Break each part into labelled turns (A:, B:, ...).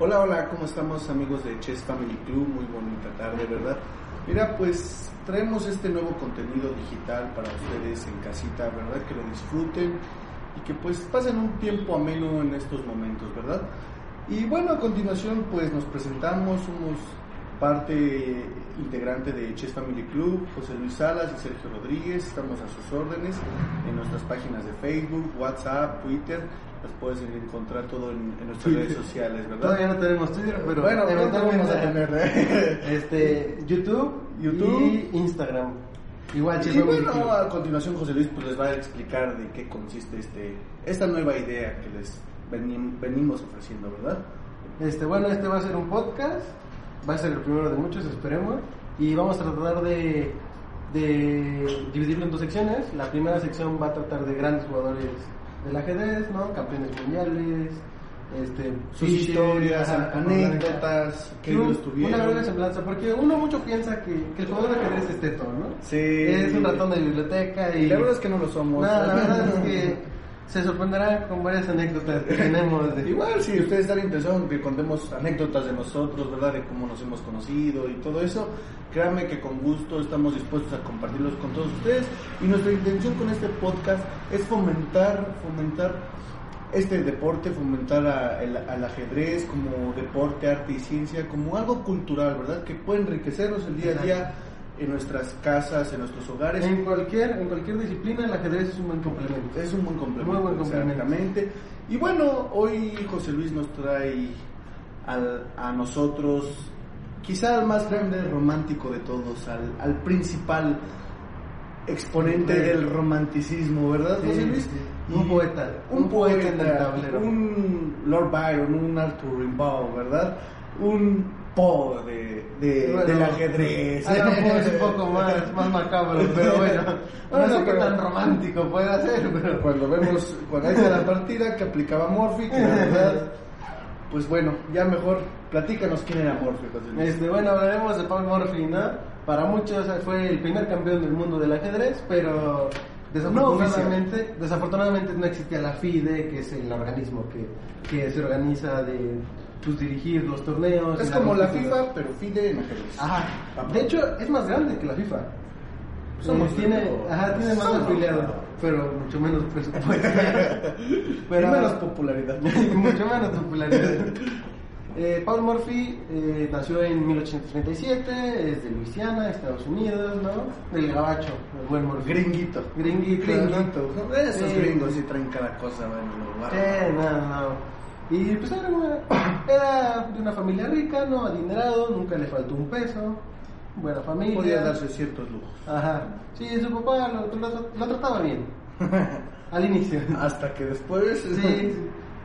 A: Hola, hola, ¿cómo estamos amigos de Chess Family Club? Muy bonita tarde, ¿verdad? Mira, pues traemos este nuevo contenido digital para ustedes en casita, ¿verdad? Que lo disfruten y que pues pasen un tiempo ameno en estos momentos, ¿verdad? Y bueno, a continuación pues nos presentamos, somos parte integrante de Chess Family Club, José Luis Salas y Sergio Rodríguez, estamos a sus órdenes en nuestras páginas de Facebook, WhatsApp, Twitter, las puedes encontrar todo en, en nuestras redes sociales, ¿verdad?
B: Todavía no tenemos Twitter, pero
A: Bueno, pronto vamos a
B: eventualmente,
A: tener, ¿eh?
B: Este, YouTube,
A: YouTube.
B: y Instagram. Igual,
A: Y bueno, a continuación José Luis pues les va a explicar de qué consiste este esta nueva idea que les venim- venimos ofreciendo, ¿verdad?
B: Este, bueno, este va a ser un podcast, va a ser el primero de muchos, esperemos, y vamos a tratar de, de dividirlo en dos secciones. La primera sección va a tratar de grandes jugadores del ajedrez, ¿no? Campeones mundiales, este,
A: Sus
B: fiches,
A: historias,
B: ajá,
A: anécdotas, que
B: Club,
A: ellos tuvieron.
B: Una breve semblanza, porque uno mucho piensa que, que el jugador de ajedrez es teto, ¿no?
A: Sí.
B: Es un ratón de biblioteca y...
A: La verdad es que no lo somos.
B: Nada, la verdad es que se sorprenderá con varias anécdotas que tenemos. De...
A: Igual, si ustedes están interesados en que contemos anécdotas de nosotros, ¿verdad? De cómo nos hemos conocido y todo eso, créanme que con gusto estamos dispuestos a compartirlos con todos ustedes. Y nuestra intención con este podcast es fomentar, fomentar este deporte, fomentar a- el- al ajedrez como deporte, arte y ciencia, como algo cultural, ¿verdad? Que puede enriquecernos el día a día en nuestras casas, en nuestros hogares.
B: En cualquier, en cualquier disciplina el ajedrez es un buen complemento.
A: Es un buen complemento.
B: Muy buen complemento.
A: Exactamente. Y bueno, hoy José Luis nos trae al- a nosotros, quizá al más grande romántico de todos, al, al principal exponente
B: Sí.
A: del romanticismo, ¿verdad,
B: Sí,
A: José Luis?
B: sí.
A: Y-
B: Un poeta.
A: Un,
B: Un
A: poeta,
B: poeta en el tablero.
A: Un Lord Byron, un Arthur Rimbaud, ¿verdad? Un Poe de, de-
B: Bueno,
A: del ajedrez.
B: Alan Poe es un poco más, más macabro, pero bueno.
A: Bueno,
B: no sé qué
A: pero-
B: tan romántico puede ser, pero...
A: Cuando vemos, cuando hice la partida que aplicaba Morphy, que la verdad, pues bueno, ya mejor platícanos quién era Morphy, José Luis.
B: Este, bueno, hablaremos de Paul Morphy, ¿no? Para muchos eh, fue el primer campeón del mundo del ajedrez, pero desafortunadamente, desafortunadamente no existía la FIDE, que es el organismo que, que se organiza de pues, dirigir los torneos.
A: Es
B: y
A: como la
B: competición.
A: FIFA, pero FIDE en ajedrez.
B: Ah, Ajá. De hecho, es más grande que la FIFA.
A: Somos
B: Eh, tiene,
A: ricos.
B: ajá, tiene más
A: Somos
B: afiliados,
A: ricos.
B: pero mucho menos pues, presupuesto.
A: pero menos popularidad.
B: Y mucho menos popularidad. Eh, Paul Murphy eh, nació en 1837, es de Luisiana, Estados Unidos, ¿no? Del gabacho, el buen Murphy.
A: Gringuito.
B: Gringuito.
A: Gringuito. ¿no? Esos
B: Sí.
A: gringos sí traen cada cosa, bueno, lo
B: Sí,
A: bárbaro.
B: no, no. Y pues era, una- era de una familia rica, ¿no? Adinerado, nunca le faltó un peso, buena familia.
A: Podía darse ciertos lujos.
B: Ajá. Sí, su papá lo, lo- lo trataba bien. Al inicio.
A: Hasta que después.
B: Sí,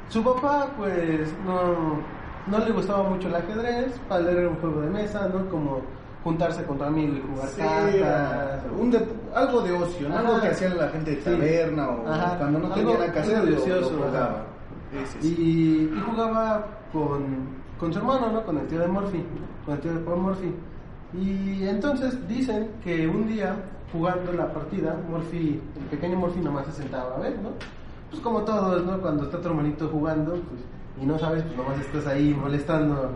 B: su papá pues no, no le gustaba mucho el ajedrez, para él era un juego de mesa, ¿no? Como juntarse con tu amigo y jugar
A: Sí,
B: cartas.
A: era un dep- algo de ocio, ¿no?
B: Ajá.
A: algo que hacían la gente de
B: Sí.
A: taberna o
B: Ajá.
A: cuando no tenía
B: Algo-
A: nada que
B: algo
A: hacer,
B: de
A: lo-
B: ocioso,
A: lo
B: ajá.
A: jugaban. Sí, sí, sí.
B: Y, y jugaba con, con su hermano, ¿no? Con el tío de Murphy, con el tío de Paul Murphy. Y entonces dicen que un día, jugando la partida, Murphy, el pequeño Murphy nomás se sentaba a ver, ¿no? Pues como todos, ¿no? Cuando está tu hermanito jugando, pues, y no sabes, pues nomás estás ahí molestando.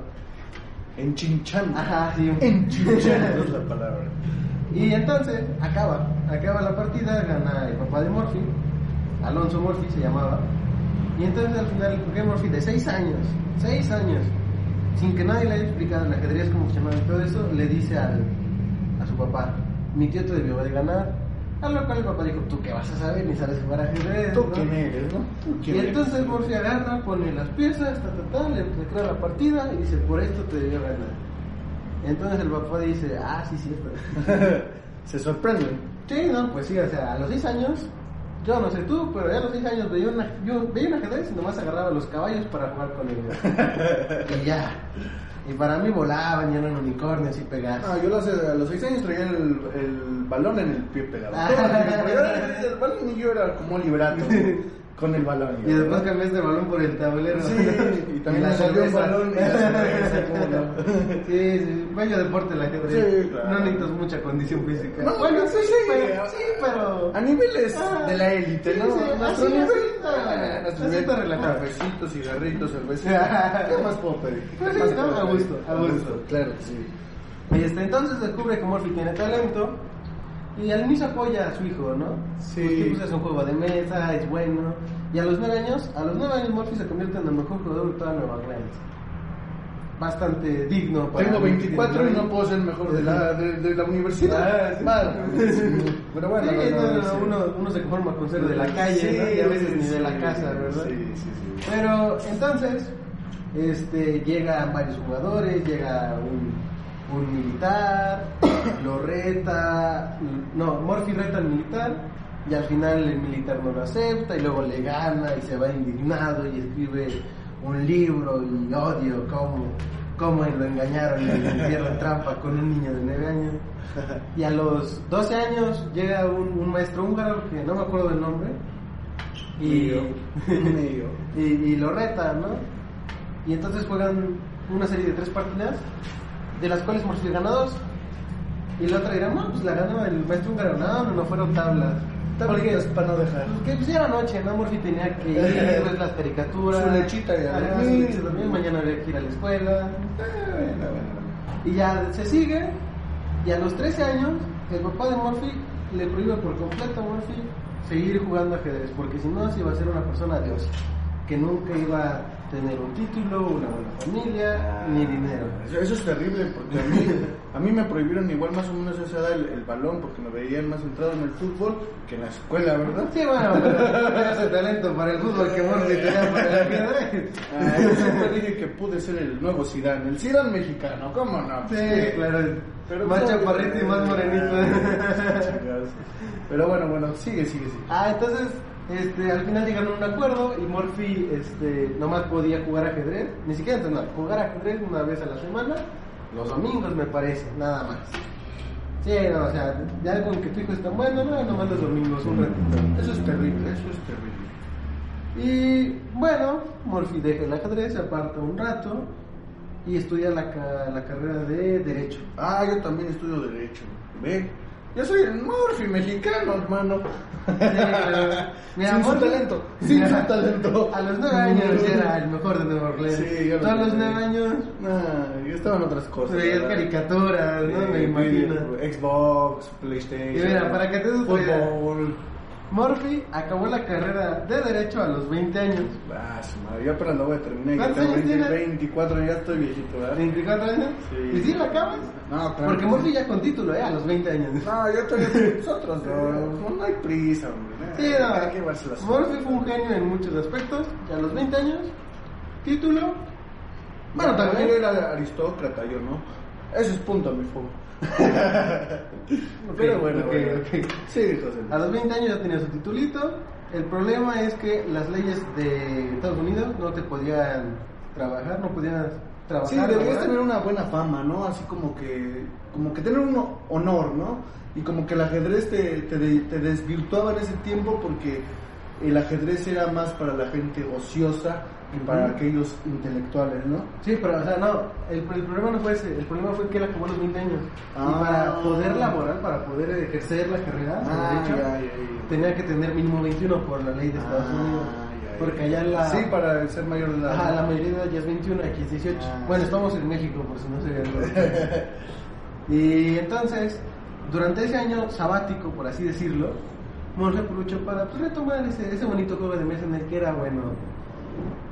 A: Enchinchando.
B: Ajá, sí.
A: Enchinchando es la palabra.
B: Y entonces acaba, acaba la partida, gana el papá de Murphy, Alonso Murphy se llamaba. Y entonces al final el pequeño Murphy de 6 años, 6 años, sin que nadie le haya explicado el ajedrez, cómo funcionaba y todo eso, le dice al, a su papá, mi tío te debió de ganar. A lo cual el papá dijo, tú qué vas a saber, ni sabes jugar ajedrez.
A: Tú
B: ¿no?".
A: quién eres, ¿no? Tú quién
B: Y
A: eres.
B: entonces Murphy agarra, pone las piezas, ta, ta, ta, le le crea la partida y dice, por esto te debió ganar. Entonces el papá dice, ah, sí, cierto.
A: se sorprenden.
B: Sí, no, pues sí, o sea, a los 10 años Yo no sé tú, pero ya a los 10 años veía una, yo veía un ajedrez y nomás agarraba los caballos para jugar con ellos. y ya. Y para mí volaban y eran unicornios y pegadas.
A: Ah, yo lo sé, a los 6 años traía el, el balón en el pie pelado.
B: Ah.
A: el balón y yo era como librato con el balón.
B: Y después cambiaste de balón por el tablero.
A: Sí, y también
B: la
A: me salió un
B: cerveza.
A: balón y la cerveza, ¿cómo no?
B: Sí, sí, bello deporte el ajedrez.
A: Sí, claro.
B: No necesitas mucha condición física.
A: No,
B: bueno,
A: no,
B: sí,
A: sí,
B: pero,
A: sí.
B: sí, pero...
A: A niveles
B: Ah,
A: de la élite,
B: sí,
A: ¿no?
B: sí,
A: Nuestro
B: así,
A: nivel,
B: así,
A: ah, nuestro
B: así
A: nivel,
B: te relajas.
A: Cafecito, cigarrito, cervecita. ¿Qué más puedo pedir? ¿Qué
B: Pues sí,
A: más
B: no,
A: puedo
B: a
A: pedir?
B: gusto, a gusto.
A: Claro, que sí.
B: Y este, entonces descubre que Morphy tiene talento y al inicio apoya a su hijo, ¿no?
A: Sí.
B: Porque, pues, es un juego de mesa, es bueno. Y a los nueve años, a los nueve años Morphy se convierte en el mejor jugador de toda Nueva Orleans. Bastante digno. para
A: Tengo
B: mí,
A: 24 y
B: ¿no?
A: no puedo ser mejor de la, de, de la universidad.
B: Ah, sí.
A: Madre. Pero bueno,
B: Sí,
A: no, no,
B: no, no,
A: sí.
B: uno, uno se conforma con ser de la calle
A: Sí,
B: ¿no? y a veces ni
A: sí,
B: de la casa, ¿verdad?
A: Sí, sí, sí.
B: Pero entonces, este, llegan varios jugadores, llega un, un militar, lo reta, no, Morphy reta al militar y al final el militar no lo acepta y luego le gana y se va indignado y escribe un libro y odio cómo, cómo lo engañaron y le hicieron trampa con un niño de 9 años. Y a los 12 años llega un, un maestro húngaro que no me acuerdo el nombre. Y,
A: Medio.
B: y, y lo reta, ¿no? Y entonces juegan una serie de tres partidas, de las cuales Morphy ganó dos. Y la otra dirá, no, pues la ganó el maestro húngaro. No, no, no fueron tablas.
A: Tablitas
B: Porque-
A: para no dejar.
B: pues, Que pues ya era noche, ¿no? Morphy tenía que ir, pues las caricaturas.
A: Su lechita ya,
B: Ajá,
A: ¿no?
B: su leche también, mañana había que ir a la escuela.
A: Eh, bueno, bueno.
B: Y ya se sigue. Y a los 13 años, el papá de Murphy le prohíbe por completo a Murphy seguir jugando ajedrez, porque si no, se iba a ser una persona de ocio, que nunca iba a tener un título, una buena familia,
A: Ah.
B: ni dinero.
A: Eso, eso es terrible porque a mí, a mí me prohibieron igual más o menos a esa edad el, el balón porque me veían más entrado en el fútbol que en la escuela, ¿verdad?
B: Sí, bueno, pero pero ese talento para el fútbol que Murphy tenía para el ajedrez.
A: Ah, yo siempre dije que pude ser el nuevo Zidane, el Zidane mexicano, ¿cómo no?
B: Sí, claro.
A: Pero
B: más
A: no,
B: chaparrito y más
A: Ah,
B: morenito.
A: chingados. Pero bueno, bueno, sigue, sigue, sigue.
B: Ah, entonces, este, al final llegaron a un acuerdo y Morphy, este, nomás podía jugar ajedrez, ni siquiera entrenar, jugar ajedrez una vez a la semana, los domingos me parece, nada más. Sí, no, o sea, ya con que tu hijo es tan bueno, no, nomás los domingos, un ratito. Eso es terrible.
A: Eso es terrible.
B: Y bueno, Morphy deja el ajedrez, se aparta un rato y estudia la, ca- la carrera de Derecho.
A: Ah, yo también estudio Derecho. Ve, yo soy el Morphy mexicano, hermano.
B: Mira,
A: sin su
B: Morphy-
A: talento, sin
B: Mira,
A: su talento.
B: A los nueve años ya era el mejor de Nueva Orleans.
A: Sí, yo
B: Tú a
A: lo
B: los
A: sé.
B: nueve años
A: Nah, yo estaba en otras cosas.
B: veías
A: ¿verdad?
B: caricaturas, ¿no?
A: Sí,
B: Me imagino.
A: Xbox, PlayStation.
B: Y mira, para que te des una idea.
A: Fútbol.
B: Murphy acabó la carrera de Derecho a los 20 años.
A: Ah, su madre, yo apenas la voy a terminar. y
B: ¿Cuántos
A: tengo
B: años tienes?
A: 24, ya estoy viejito, ¿verdad?
B: ¿24 años?
A: Sí.
B: ¿Y si la acabas?
A: No, claro.
B: Porque Murphy ya con título, ¿eh? A los 20 años.
A: No, yo todavía estoy nosotros, no, no hay prisa, hombre.
B: Sí,
A: no. Hay que llevarse las
B: no. Murphy fue un genio en muchos aspectos. Y a los 20 años, título. Bueno, también
A: era aristócrata, yo no. Ese es punto, mi favor. Pero bueno,
B: ok,
A: bueno.
B: ok.
A: Sí, José. Luis.
B: A los 20 años ya tenía su titulito. El problema es que las leyes de Estados Unidos no te podían trabajar, no podías trabajar.
A: Sí, deberías
B: laborar.
A: tener una buena fama, ¿no? Así como que, como que tener un honor, ¿no? Y como que el ajedrez te, te, de- te desvirtuaba en ese tiempo porque el ajedrez era más para la gente ociosa que para
B: Ujú.
A: aquellos intelectuales, ¿no?
B: Sí, pero o sea, no, el, el problema no fue ese, el problema fue que él acabó a los 20 años.
A: Ah.
B: Y para poder laborar, para poder ejercer la carrera, de hecho,
A: Ah, ya, ya.
B: tenía que tener mínimo 21 por la ley de Estados
A: Ah,
B: Unidos.
A: ya, ya.
B: Porque allá la,
A: Sí, para ser mayor de edad.
B: ajá,
A: ¿no?
B: la mayoría de edad ya es 21, aquí es 18.
A: Ah.
B: Bueno, estamos en México, por si no se ve. Y entonces, durante ese año sabático, por así decirlo, Morse aprovechó para pues, retomar ese, ese bonito juego de mesa en el que era bueno.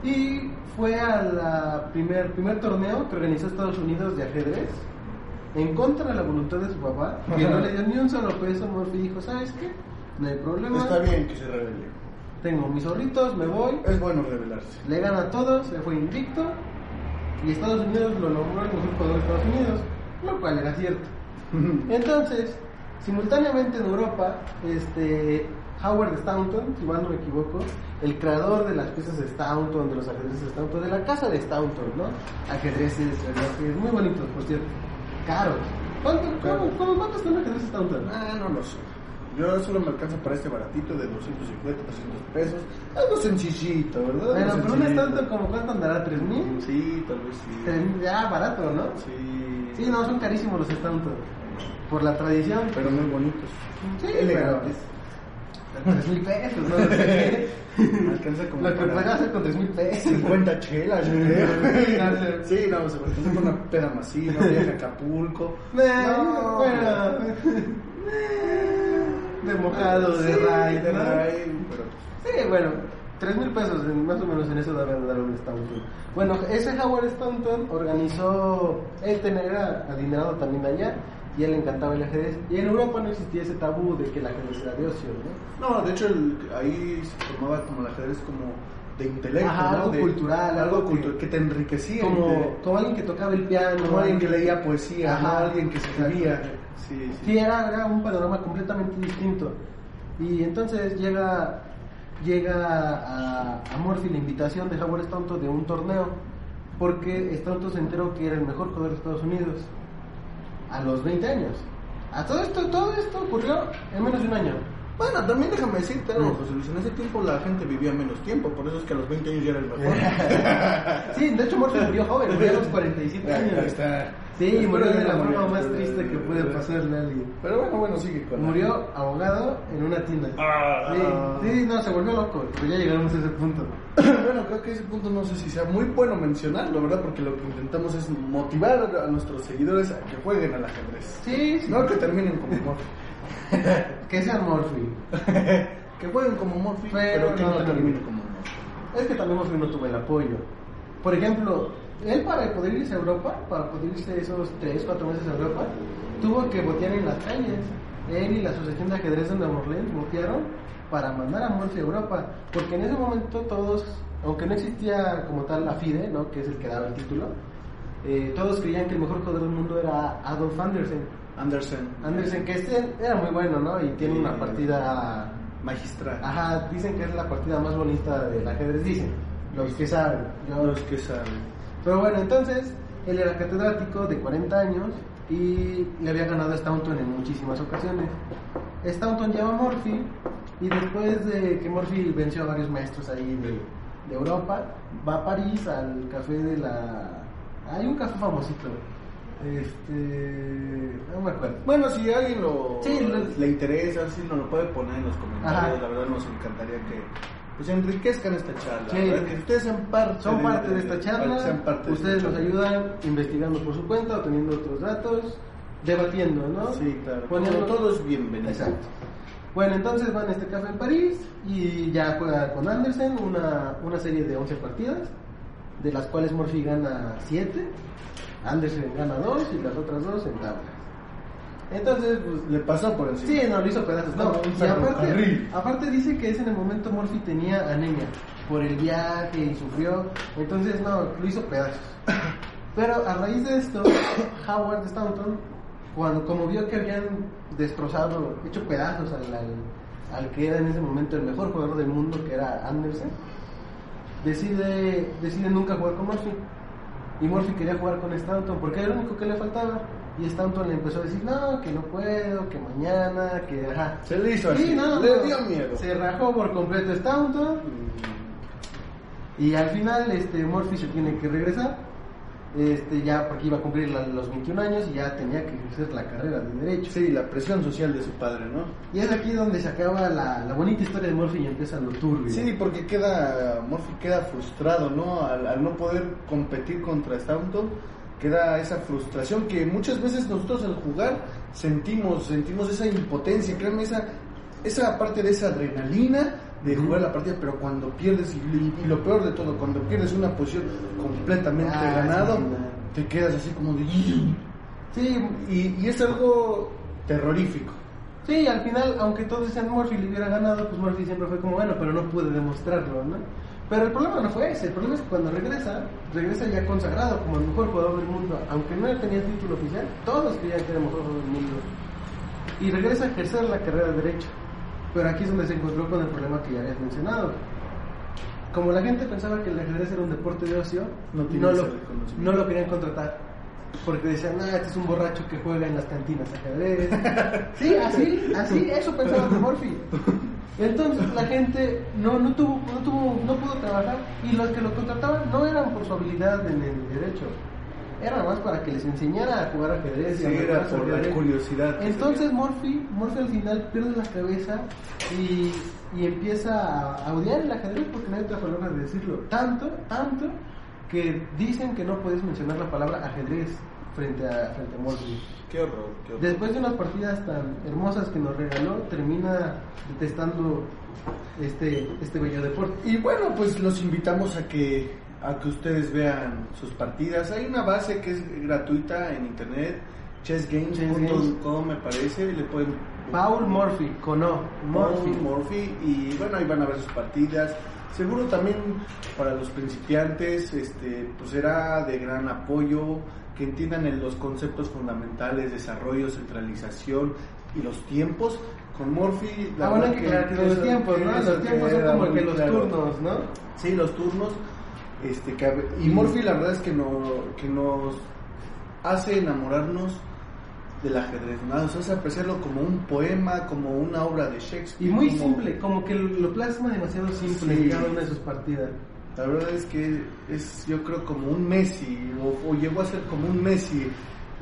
B: Y fue al primer, primer torneo que organizó Estados Unidos de ajedrez en contra de la voluntad de su papá, que no le dio ni un solo peso. Morphy dijo: ¿Sabes qué? No hay problema.
A: Está bien que se revele.
B: Tengo mis ahorritos, me voy.
A: Es bueno rebelarse.
B: Le gana a todos, se fue invicto. Y Estados Unidos lo nombró el mejor jugador de Estados Unidos, lo cual era cierto. Entonces, simultáneamente en Europa, este, Howard Staunton, si mal no me equivoco, el creador de las piezas de Staunton, de los ajedrezes de Staunton, de la casa de Staunton, ¿no? Ajedrezes, relojes, muy bonitos, por cierto, caros. ¿Cuánto, cómo, cómo, ¿Cuánto está un ajedrez de Staunton?
A: Ah, no lo sé. Yo solo me alcanza para este baratito de 250, 300 pesos. Algo sencillito, ¿verdad? Algo
B: Bueno, pero un
A: sencillito.
B: Staunton, como cuánto andará? ¿3000?
A: Sí, tal vez sí.
B: Tres- Ya, barato, ¿no?
A: Sí.
B: Sí, no, son carísimos los Staunton. Por la tradición. pues,
A: Pero muy bonitos.
B: Sí,
A: elegantes.
B: pero- Tres mil pesos, no lo sé.
A: Alcanza como
B: Lo que
A: para-
B: puedes hacer con tres mil pesos.
A: 50 chelas, yo creo.
B: Gracias.
A: Sí, no, se presentó con una peda masiva, un viaje a Acapulco.
B: No, bueno. Ah, De mojado, de
A: Sí,
B: raid,
A: de
B: ¿no?
A: raid, pero
B: Sí, bueno, tres mil pesos, en- más o menos en eso debe andar un Staunton. Bueno, ese Howard Staunton organizó, él ten- era adinerado también de allá, y él le encantaba el ajedrez. Y en Europa no existía ese tabú de que el ajedrez era de ocio, ¿no?
A: No, de hecho el- ahí se formaba como el ajedrez como de intelecto,
B: Ajá,
A: ¿no?
B: algo
A: De-
B: cultural,
A: algo
B: algo que-
A: cultural, que te enriquecía.
B: Como,
A: y
B: como alguien que tocaba el piano,
A: te- Este, como alguien que leía poesía,
B: Ajá.
A: ¿no? alguien que escribía. Sí, sí.
B: Sí, era, era un panorama completamente distinto. Y entonces llega, llega a, a Murphy la invitación de Howard Staunton de un torneo, porque Staunton se enteró que era el mejor jugador de Estados Unidos a los 20 años. A todo esto, todo esto ocurrió en menos de un año.
A: Bueno, también déjame decirte algo,
B: Mm.
A: José Luis. En ese tiempo la gente vivía menos tiempo, por eso es que a los 20 años ya era el mejor.
B: Sí, de hecho Murphy murió joven, murió a los 47
A: Ahí
B: años.
A: está.
B: Sí, murió de la forma
A: Murió.
B: más triste que puede pasarle a alguien.
A: Pero bueno, bueno, sigue con la-
B: Murió ahogado en una tienda.
A: Ah.
B: Sí, sí, no, se volvió loco, pero ya llegamos a ese punto.
A: Bueno, creo que ese punto no sé si sea muy bueno mencionarlo, ¿verdad? Porque lo que intentamos es motivar a nuestros seguidores a que jueguen al ajedrez.
B: Sí, sí.
A: No que terminen como Morphy.
B: Que sea Morphy.
A: que jueguen como Morphy,
B: Pero
A: pero, que
B: no
A: no,
B: terminen.
A: terminen como Morphy.
B: Es que también Morphy no tuvo el apoyo. Por ejemplo, él para poder irse a Europa, para poder irse esos 3, 4 meses a Europa, tuvo que botear en las calles. Él y la Asociación de Ajedrez de Nueva Orleans botearon para mandar a Morphy a Europa. Porque en ese momento todos, aunque no existía como tal la FIDE, ¿no? que es el que daba el título, eh, todos creían que el mejor jugador del mundo era Adolf Andersen.
A: Anderson.
B: Andersen, que este era muy bueno, ¿no? Y tiene una partida.
A: Magistral.
B: Ajá, dicen que es la partida más bonita del ajedrez, dicen. Los que saben. yo-
A: Los que saben.
B: Pero bueno, entonces, él era catedrático de 40 años y le había ganado a Staunton en muchísimas ocasiones. Staunton lleva a Morphy y después de que Morphy venció a varios maestros ahí de, de Europa, va a París al café de la... Hay un café famosito. Este... No me acuerdo.
A: Bueno, si a alguien lo,
B: Sí, lo-
A: le interesa, si nos lo puede poner en los comentarios,
B: Ajá.
A: la verdad nos encantaría que pues, enriquezcan esta charla.
B: Sí.
A: ¿verdad? Que ustedes sean parte
B: Son
A: de-
B: parte de esta charla.
A: sean parte de
B: Ustedes
A: esta
B: nos
A: charla.
B: ayudan investigando por su cuenta, obteniendo otros datos, debatiendo, ¿no?
A: Sí, claro.
B: Poniendo
A: Como todo es bienvenido.
B: Exacto. Bueno, entonces van a este café en París y ya juega con Andersen una, una serie de 11 partidas, de las cuales Murphy gana 7, Andersen gana 2 y las otras 2 en tablas. Entonces, pues
A: Le pasó por encima.
B: Sí, no, lo hizo pedazos. No,
A: No, un
B: y aparte,
A: ferrocarril.
B: aparte dice que ese en el momento Morphy tenía anemia por el viaje y sufrió. Entonces, no, lo hizo pedazos. Pero a raíz de esto, Howard Staunton, cuando, como vio que habían destrozado, hecho pedazos al, al- al que era en ese momento el mejor jugador del mundo, que era Andersen, decide, decide nunca jugar con Murphy. Y Murphy quería jugar con Stanton porque era lo único que le faltaba. Y Stanton le empezó a decir, no, que no puedo, que mañana, que ajá.
A: Se le hizo así.
B: Sí, no,
A: le
B: no.
A: dio miedo.
B: Se rajó por completo Stanton y al final este Murphy se tiene que regresar. Este ya porque iba a cumplir la- los 21 años y ya tenía que ejercer la carrera de derecho.
A: Sí, la presión social de su padre, ¿no?
B: Y es aquí donde se acaba la, la bonita historia de Murphy y empieza lo turbio.
A: Sí, porque queda, Murphy queda frustrado, ¿no? Al, al no poder competir contra Staunton, queda esa frustración que muchas veces nosotros al jugar sentimos, sentimos esa impotencia, créanme, esa, esa parte de esa adrenalina de jugar la partida, pero cuando pierdes, y, y- y lo peor de todo, cuando pierdes una posición completamente
B: Ah,
A: ganado,
B: sí, no.
A: te quedas así como de... "Ih".
B: sí,
A: Y, y es algo terrorífico.
B: Sí, al final, aunque todos decían Murphy le hubiera ganado, pues Murphy siempre fue como, bueno, pero no pude demostrarlo, ¿no? Pero el problema no fue ese, el problema es que cuando regresa, regresa ya consagrado como el mejor jugador del mundo, aunque no tenía título oficial, todos creían que era el mejor jugador del mundo. Y regresa a ejercer la carrera de Derecho. Pero aquí es donde se encontró con el problema que ya habías mencionado. Como la gente pensaba que el ajedrez era un deporte de ocio,
A: No
B: no,
A: tiene
B: lo,
A: ese reconocimiento.
B: no lo querían contratar. Porque decían, ah, este es un borracho que juega en las cantinas ajedrez. sí, así, así, eso pensaba de Morphy. Entonces la gente no, no, tuvo, no, tuvo, no pudo trabajar y los que lo contrataban no eran por su habilidad en el derecho. Era más para que les enseñara a jugar ajedrez.
A: Sí,
B: y a
A: era
B: manejar su
A: por la
B: ajedrez.
A: curiosidad. que
B: Entonces Morphy, Morphy al final pierde la cabeza y, y empieza a- a odiar el ajedrez porque no hay otra palabra de decirlo. Tanto, tanto que dicen que no puedes mencionar la palabra ajedrez frente a, frente a Morphy.
A: tenía. Qué horror, qué horror.
B: Después de unas partidas tan hermosas que nos regaló, termina detestando este, este bello deporte.
A: Y bueno, pues los invitamos a que a que ustedes vean sus partidas. Hay una base que es gratuita en internet, chessgames.com me parece, le pueden
B: Paul Morphy, con O,
A: Murphy,
B: Morphy.
A: Murphy y bueno, ahí van a ver sus partidas. Seguro también para los principiantes este pues será de gran apoyo que entiendan el- los conceptos fundamentales, desarrollo, centralización y los tiempos. Con Murphy, la
B: Ah, bueno, hay
A: verdad
B: que aclarar que los
A: eso-
B: tiempos, ¿no?
A: eso
B: Los tiempos son
A: queda
B: como
A: muy
B: que los
A: claro.
B: turnos, ¿no?
A: Sí, los turnos. Este, que a ve- y Morphy la verdad es que, no, que nos hace enamorarnos del ajedrez, ¿no? Nos hace apreciarlo como un poema, como una obra de
B: Y
A: Shakespeare.
B: muy
A: como-
B: simple, como que lo plasma demasiado simple
A: Sí.
B: en cada una de sus partidas.
A: La verdad es que es, yo creo, como un Messi, o, o llegó a ser como un Messi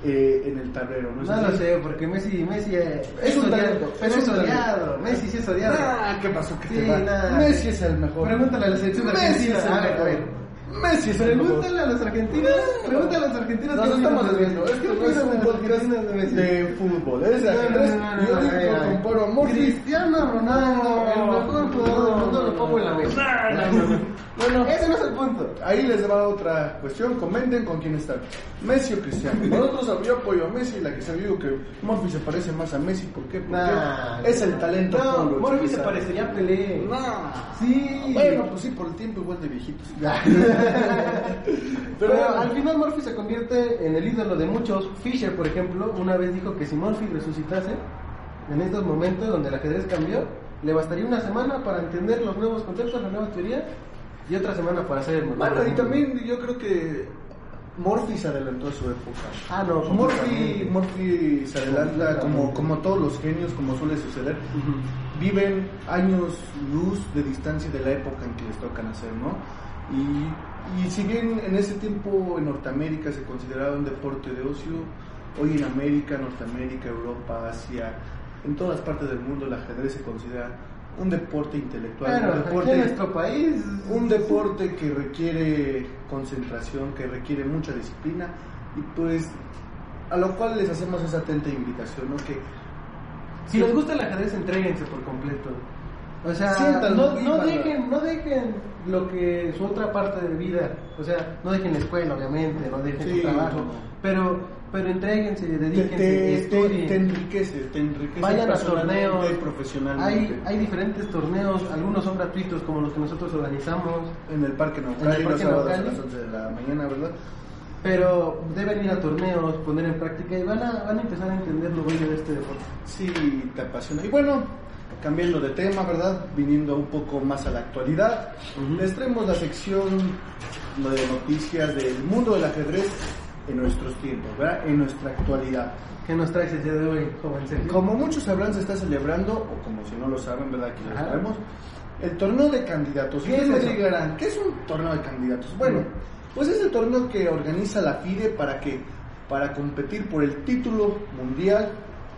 A: eh, en el tablero, ¿no? es
B: No lo
A: así?
B: sé, porque Messi, Messi Pues eh, es,
A: Es un talento,
B: pero
A: es
B: es
A: un
B: odiado. Messi sí es odiado.
A: Ah, ¿qué pasó? ¿Qué
B: Sí,
A: te va?
B: nada.
A: Messi es el mejor.
B: Pregúntale a la selección
A: Messi
B: argentina. Ah,
A: es el
B: A ver,
A: mejor.
B: a ver.
A: Messi es el mejor.
B: Pregúntale a los argentinos. Pregúntale a los argentinos.
A: Nos
B: qué opinan
A: estamos
B: de Messi.
A: desviando. Esto
B: ¿Qué
A: no es
B: opinan
A: un
B: de los
A: podcast
B: argentinos de Messi?
A: de fútbol. Es
B: No, no,
A: ajedrez. Yo
B: no, no, no, a ver,
A: digo
B: a ver.
A: comparo a Morphy.
B: Cristiano Ronaldo, el mejor jugador del mundo, lo pongo en la mesa.
A: Bueno,
B: Ese no es el punto.
A: ahí les va otra cuestión. Comenten con quién están. Messi o Cristiano. Nosotros yo apoyo a Messi. La que se digo que Morphy se parece más a Messi. ¿Por qué? Porque
B: Nah.
A: es el talento.
B: No,
A: puro,
B: Morphy se
A: chiquita.
B: parecería a Pelé.
A: Nah.
B: Sí.
A: Bueno, pues sí, por el tiempo igual de viejitos.
B: Pero al final Murphy se convierte en el ídolo de muchos. Fisher, por ejemplo, una vez dijo que si Murphy resucitase, en estos momentos donde el ajedrez cambió, le bastaría una semana para entender los nuevos conceptos, las nuevas teorías, y otra semana para hacer el mejor
A: Bueno,
B: del
A: y
B: mundo.
A: también yo creo que Morphy se adelantó a su época.
B: Ah, no,
A: Morphy, Morphy se adelanta como, como todos los genios, como suele suceder. Viven años luz de distancia de la época en que les tocan hacer, ¿no? Y, y si bien en ese tiempo en Norteamérica se consideraba un deporte de ocio, hoy en América, Norteamérica, Europa, Asia, en todas partes del mundo el ajedrez se considera un deporte intelectual,
B: Bueno,
A: un
B: aquí
A: deporte
B: en nuestro país,
A: un deporte que requiere concentración, que requiere mucha disciplina y pues a lo cual les hacemos esa atenta invitación, ¿no? Que
B: si les gusta el ajedrez, entréguense por completo. O sea,
A: Siéntanlo,
B: no, no
A: vívanlo.
B: dejen, no dejen lo que su otra parte de vida, o sea, no dejen la escuela, obviamente, no dejen
A: Sí,
B: su trabajo,
A: no.
B: pero, pero entréguense,
A: te,
B: dedíquense,
A: te-
B: estudien.
A: te- te enriquece, te enriquece
B: Vayan a
A: personalmente,
B: torneos,
A: profesionalmente.
B: hay, hay diferentes torneos, algunos son gratuitos como los que nosotros organizamos,
A: En el Parque Naucali, los
B: Parque
A: sábados a
B: Naucali.
A: las 11 de la mañana, ¿verdad?
B: pero deben ir a torneos, poner en práctica y van a, van a empezar a entender lo bueno de este deporte.
A: Sí, te apasiona. Y bueno, cambiando de tema, ¿verdad? Viniendo un poco más a la actualidad,
B: Ujú.
A: les traemos la sección de noticias del mundo del ajedrez en nuestros tiempos, ¿verdad? En nuestra actualidad.
B: ¿Qué nos traes el día de hoy, joven Sergio?
A: Como muchos sabrán, se está celebrando, o como si no lo saben, ¿verdad? Que lo
B: Ajá.
A: sabemos, el torneo de candidatos.
B: ¿Qué
A: ¿Qué
B: es
A: me
B: eso?
A: digan? ¿Qué es un torneo de candidatos? Bueno, pues es el torneo que organiza la FIDE para que para competir por el título mundial